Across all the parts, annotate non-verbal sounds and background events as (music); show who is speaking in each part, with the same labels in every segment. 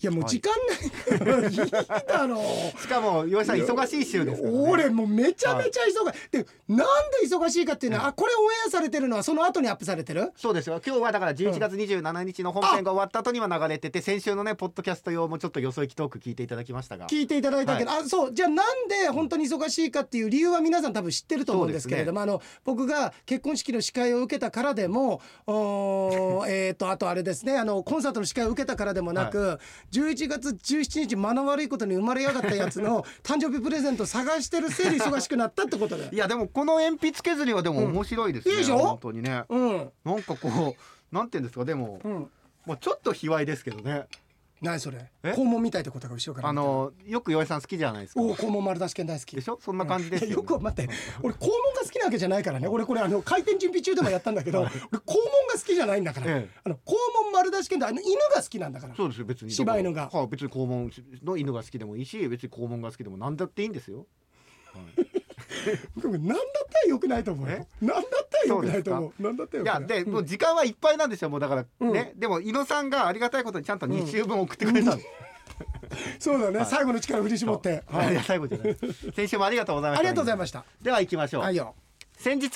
Speaker 1: やもう時間ないからいいだろう
Speaker 2: しかも岩井さん忙しい週ですから、ね、
Speaker 1: 俺もうめちゃめちゃ忙しいでなんで忙しいかっていうのはあこれオンエアされてるのはその後にアップされてる
Speaker 2: そうですよ今日はだから11月27日の本編が終わった後には流れてて先週のねポッドキャスト用もちょっとよそ行きトーク聞いていただきましたが
Speaker 1: 聞いていただいたけど、あそうじゃあなんで本当に忙しいかっていう理由は皆さん多分知ってると思うんですけれども、あの僕が結婚式の司会を受けたからでもおえっとあとあれですねあのコンサートの司会を受けたからでもなく、11月17日間の悪いことに生まれやがったやつの誕生日プレゼント探してるせいで忙しくなったってことだよ
Speaker 2: い。やでもこの鉛筆削りはでも面白いですね、
Speaker 1: うんいいでしょ
Speaker 2: 本当にね
Speaker 1: うん、
Speaker 2: なんかこうなんていうんですかでも、
Speaker 1: うん、
Speaker 2: まあ、ちょっと卑猥ですけどね
Speaker 1: 何それ
Speaker 2: え
Speaker 1: 肛門みたいってことが後ろから
Speaker 2: あ
Speaker 1: 見て
Speaker 2: のよく岩井さん好きじゃないですか
Speaker 1: おお肛門丸出し犬大好き
Speaker 2: でしょそんな感じです
Speaker 1: いや
Speaker 2: よ、
Speaker 1: (laughs) よく待って俺肛門が好きなわけじゃないからね俺これあの開店準備中でもやったんだけど俺肛門が好きじゃないんだから、
Speaker 2: ええ
Speaker 1: あの肛門丸出し犬ってあの犬が好きなんだから
Speaker 2: そうですよ別に
Speaker 1: 柴犬が
Speaker 2: はい別に肛門の犬が好きでもいいし別に肛門が好きでも何だっていいんですよ
Speaker 1: でも何だったらよくないと思うよ何だったらよくないと思う何だったら
Speaker 2: い
Speaker 1: よくな
Speaker 2: や
Speaker 1: い
Speaker 2: でもう時間はいっぱいなんですよもうだからね、でも井野さんがありがたいことにちゃんと2週分送ってくれたんです、
Speaker 1: そうだね、最後の力振り絞って、はい
Speaker 2: ありがたいことじゃないです先週もありがとうございまし
Speaker 1: あ
Speaker 2: た
Speaker 1: りがとうございました
Speaker 2: では行きましょう、
Speaker 1: はいよ
Speaker 2: 先日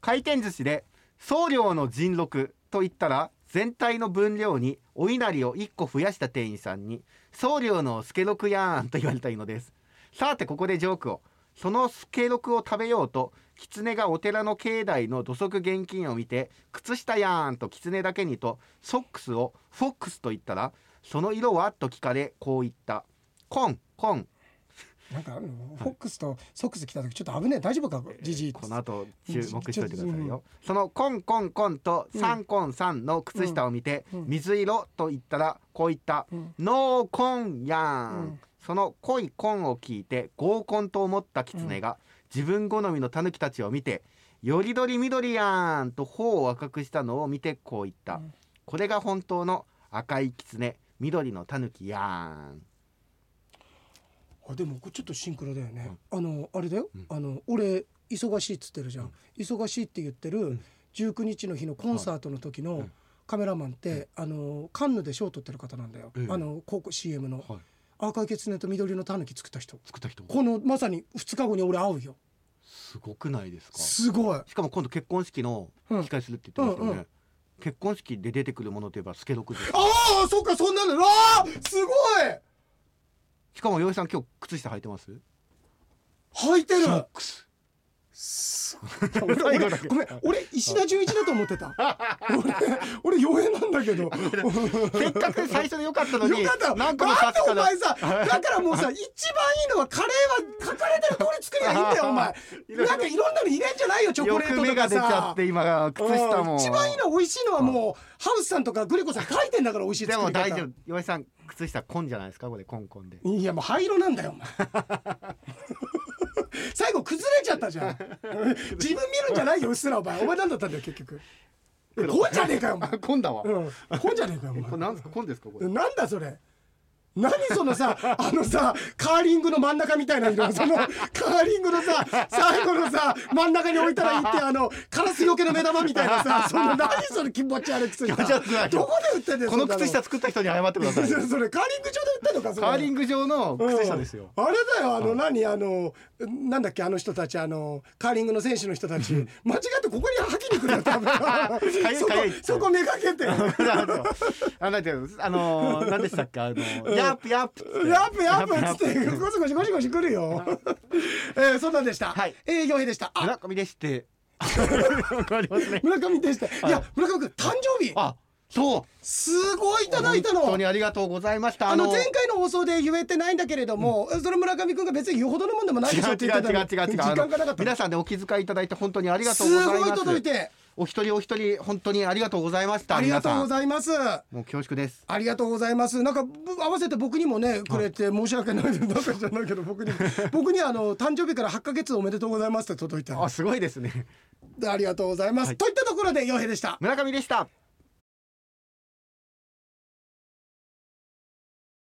Speaker 2: 回転寿司で送料の尽力と言ったら全体の分量にお稲荷を1個増やした店員さんに送料のスケロクやーんと言われたいのですさてここでジョークをそのスケロクを食べようと狐がお寺の境内の土足現金を見て靴下やーんと狐だけにとソックスをフォックスと言ったらその色はと聞かれこう言ったコンコン
Speaker 1: なんかあのフォックスとソックス来た時ちょっと危ねえ大丈夫かじじい
Speaker 2: この後注目しておいてくださいよ、そのコンコンコンと3コン3の靴下を見て、
Speaker 1: うんうん
Speaker 2: 水色と言ったらこう言った、
Speaker 1: うん
Speaker 2: ノーコンやん、
Speaker 1: うん
Speaker 2: その濃いコンを聞いて合コンと思った狐が、自分好みのタヌキたちを見てよりどり緑やんと頬を赤くしたのを見てこう言った、
Speaker 1: うん
Speaker 2: これが本当の赤い狐緑のタヌキやん
Speaker 1: あでもこれちょっとシンクロだよね、あのあれだよ、あの俺忙しいっつってるじゃん、忙しいって言ってる19日の日のコンサートの時のカメラマンって、あのカンヌで賞を取ってる方なんだよ、
Speaker 2: ええ
Speaker 1: あの広告 CM の、
Speaker 2: はい
Speaker 1: 赤いキツネと緑のタヌキ作った人
Speaker 2: 作った人
Speaker 1: このまさに2日後に俺会うよ
Speaker 2: すごくないですか
Speaker 1: すごい
Speaker 2: しかも今度結婚式の
Speaker 1: うん
Speaker 2: 機会するって言ってますよね、
Speaker 1: うんうん
Speaker 2: 結婚式で出てくるものといえばスケロクです
Speaker 1: ああそっかそんなのうわあすご
Speaker 2: しかも洋井さん今日靴下履い
Speaker 1: (laughs)
Speaker 2: てます
Speaker 1: い履いてる
Speaker 2: クス
Speaker 1: す
Speaker 2: ごい
Speaker 1: 俺俺ごめん俺石田純一だと思ってた俺俺妖艶なんだけど
Speaker 2: せっかく最初で良かったのに
Speaker 1: よかったなん
Speaker 2: 何
Speaker 1: で
Speaker 2: 個も刺すか
Speaker 1: お
Speaker 2: ら
Speaker 1: 前さ
Speaker 2: (laughs)
Speaker 1: だからもうさ一番いいのはカレーは書かれてる通り作りゃいいん
Speaker 2: (laughs)
Speaker 1: だよお前
Speaker 2: いろいろ
Speaker 1: なんかいろんなの入れんじゃないよチョコレート
Speaker 2: 欲目
Speaker 1: と
Speaker 2: が
Speaker 1: か
Speaker 2: 出ちゃ
Speaker 1: さ
Speaker 2: って今靴下
Speaker 1: う
Speaker 2: も
Speaker 1: ん一番いいのは美味しいのはもうハウスさんとかグレコさん書いてんだから美味しい
Speaker 2: で
Speaker 1: 作
Speaker 2: も
Speaker 1: り方
Speaker 2: 大丈夫洋井さん靴下コンじゃないですかこれコンコンで
Speaker 1: いやもう灰色なんだ
Speaker 2: (laughs)
Speaker 1: よお前最後崩れちゃったじゃん自分見るんじゃないようっすらお前お前なんだったんだよ結局こうじゃねえかよお前
Speaker 2: コンだわこ
Speaker 1: うんこうじゃねえかよお前
Speaker 2: れなんですかコンですかこれ
Speaker 1: なんだそれ何そのさ (laughs) あのさカーリングの真ん中みたいな
Speaker 2: (laughs)
Speaker 1: 色のそのカーリングのさ最後のさ真ん中に置いた
Speaker 2: (laughs)
Speaker 1: らいいってあのカラスよけの目玉みたいなさその何それ気持ち悪くする
Speaker 2: 気持ち悪くないよ
Speaker 1: どこで売ってんだよ
Speaker 2: この
Speaker 1: そんな
Speaker 2: 靴下作った人に謝ってください
Speaker 1: (laughs) そそれカーリング場で売ってんのかそれ
Speaker 2: カーリング場の靴下ですよ
Speaker 1: うんあれだよあの何あのなんだっけあの人たちあのカーリングの選手の人たち間違ってここに吐きに来るよ多分
Speaker 2: い
Speaker 1: そこ
Speaker 2: かゆい
Speaker 1: そこめがけて
Speaker 2: なるほど (laughs) あなんていうのあのー何でしたっけあのーヤップヤップっつって
Speaker 1: やっぷやっぷっつってゴシゴシゴシゴシ来る
Speaker 2: (laughs)
Speaker 1: よえー、そんなんでした、
Speaker 2: はい
Speaker 1: えー、洋平でしたあ
Speaker 2: 村上でして。わかりますね。
Speaker 1: 村上でした、い、や村上君誕生日
Speaker 2: あ、そう。
Speaker 1: すごいいただいた
Speaker 2: 本当
Speaker 1: の
Speaker 2: にありがとうございました。
Speaker 1: あの前回の放送で言えてないんだけれども、それ村上君が別によほどのもんでもない
Speaker 2: 違
Speaker 1: で
Speaker 2: う
Speaker 1: しょって
Speaker 2: 違
Speaker 1: 言ってた
Speaker 2: う
Speaker 1: の
Speaker 2: 違う違う違う。
Speaker 1: 時間がなか
Speaker 2: あ
Speaker 1: っ
Speaker 2: の
Speaker 1: たの
Speaker 2: 皆さんでお気遣いいただいて本当にありがとうござい
Speaker 1: す
Speaker 2: ます。
Speaker 1: ごい届いて
Speaker 2: お一人お一人本当にありがとうございました。
Speaker 1: ありがとうご
Speaker 2: い
Speaker 1: ざいます
Speaker 2: もう恐縮です。
Speaker 1: ありがとうございます。なんかぶ合わせて僕にもねくれて申し訳ないですなんかじゃないけど僕にも僕にあの誕生日から8ヶ月おめでとうございますって届いたの
Speaker 2: あ、すごいですね。
Speaker 1: でありがとうございます。といったところで洋平でした。
Speaker 2: 村上でした。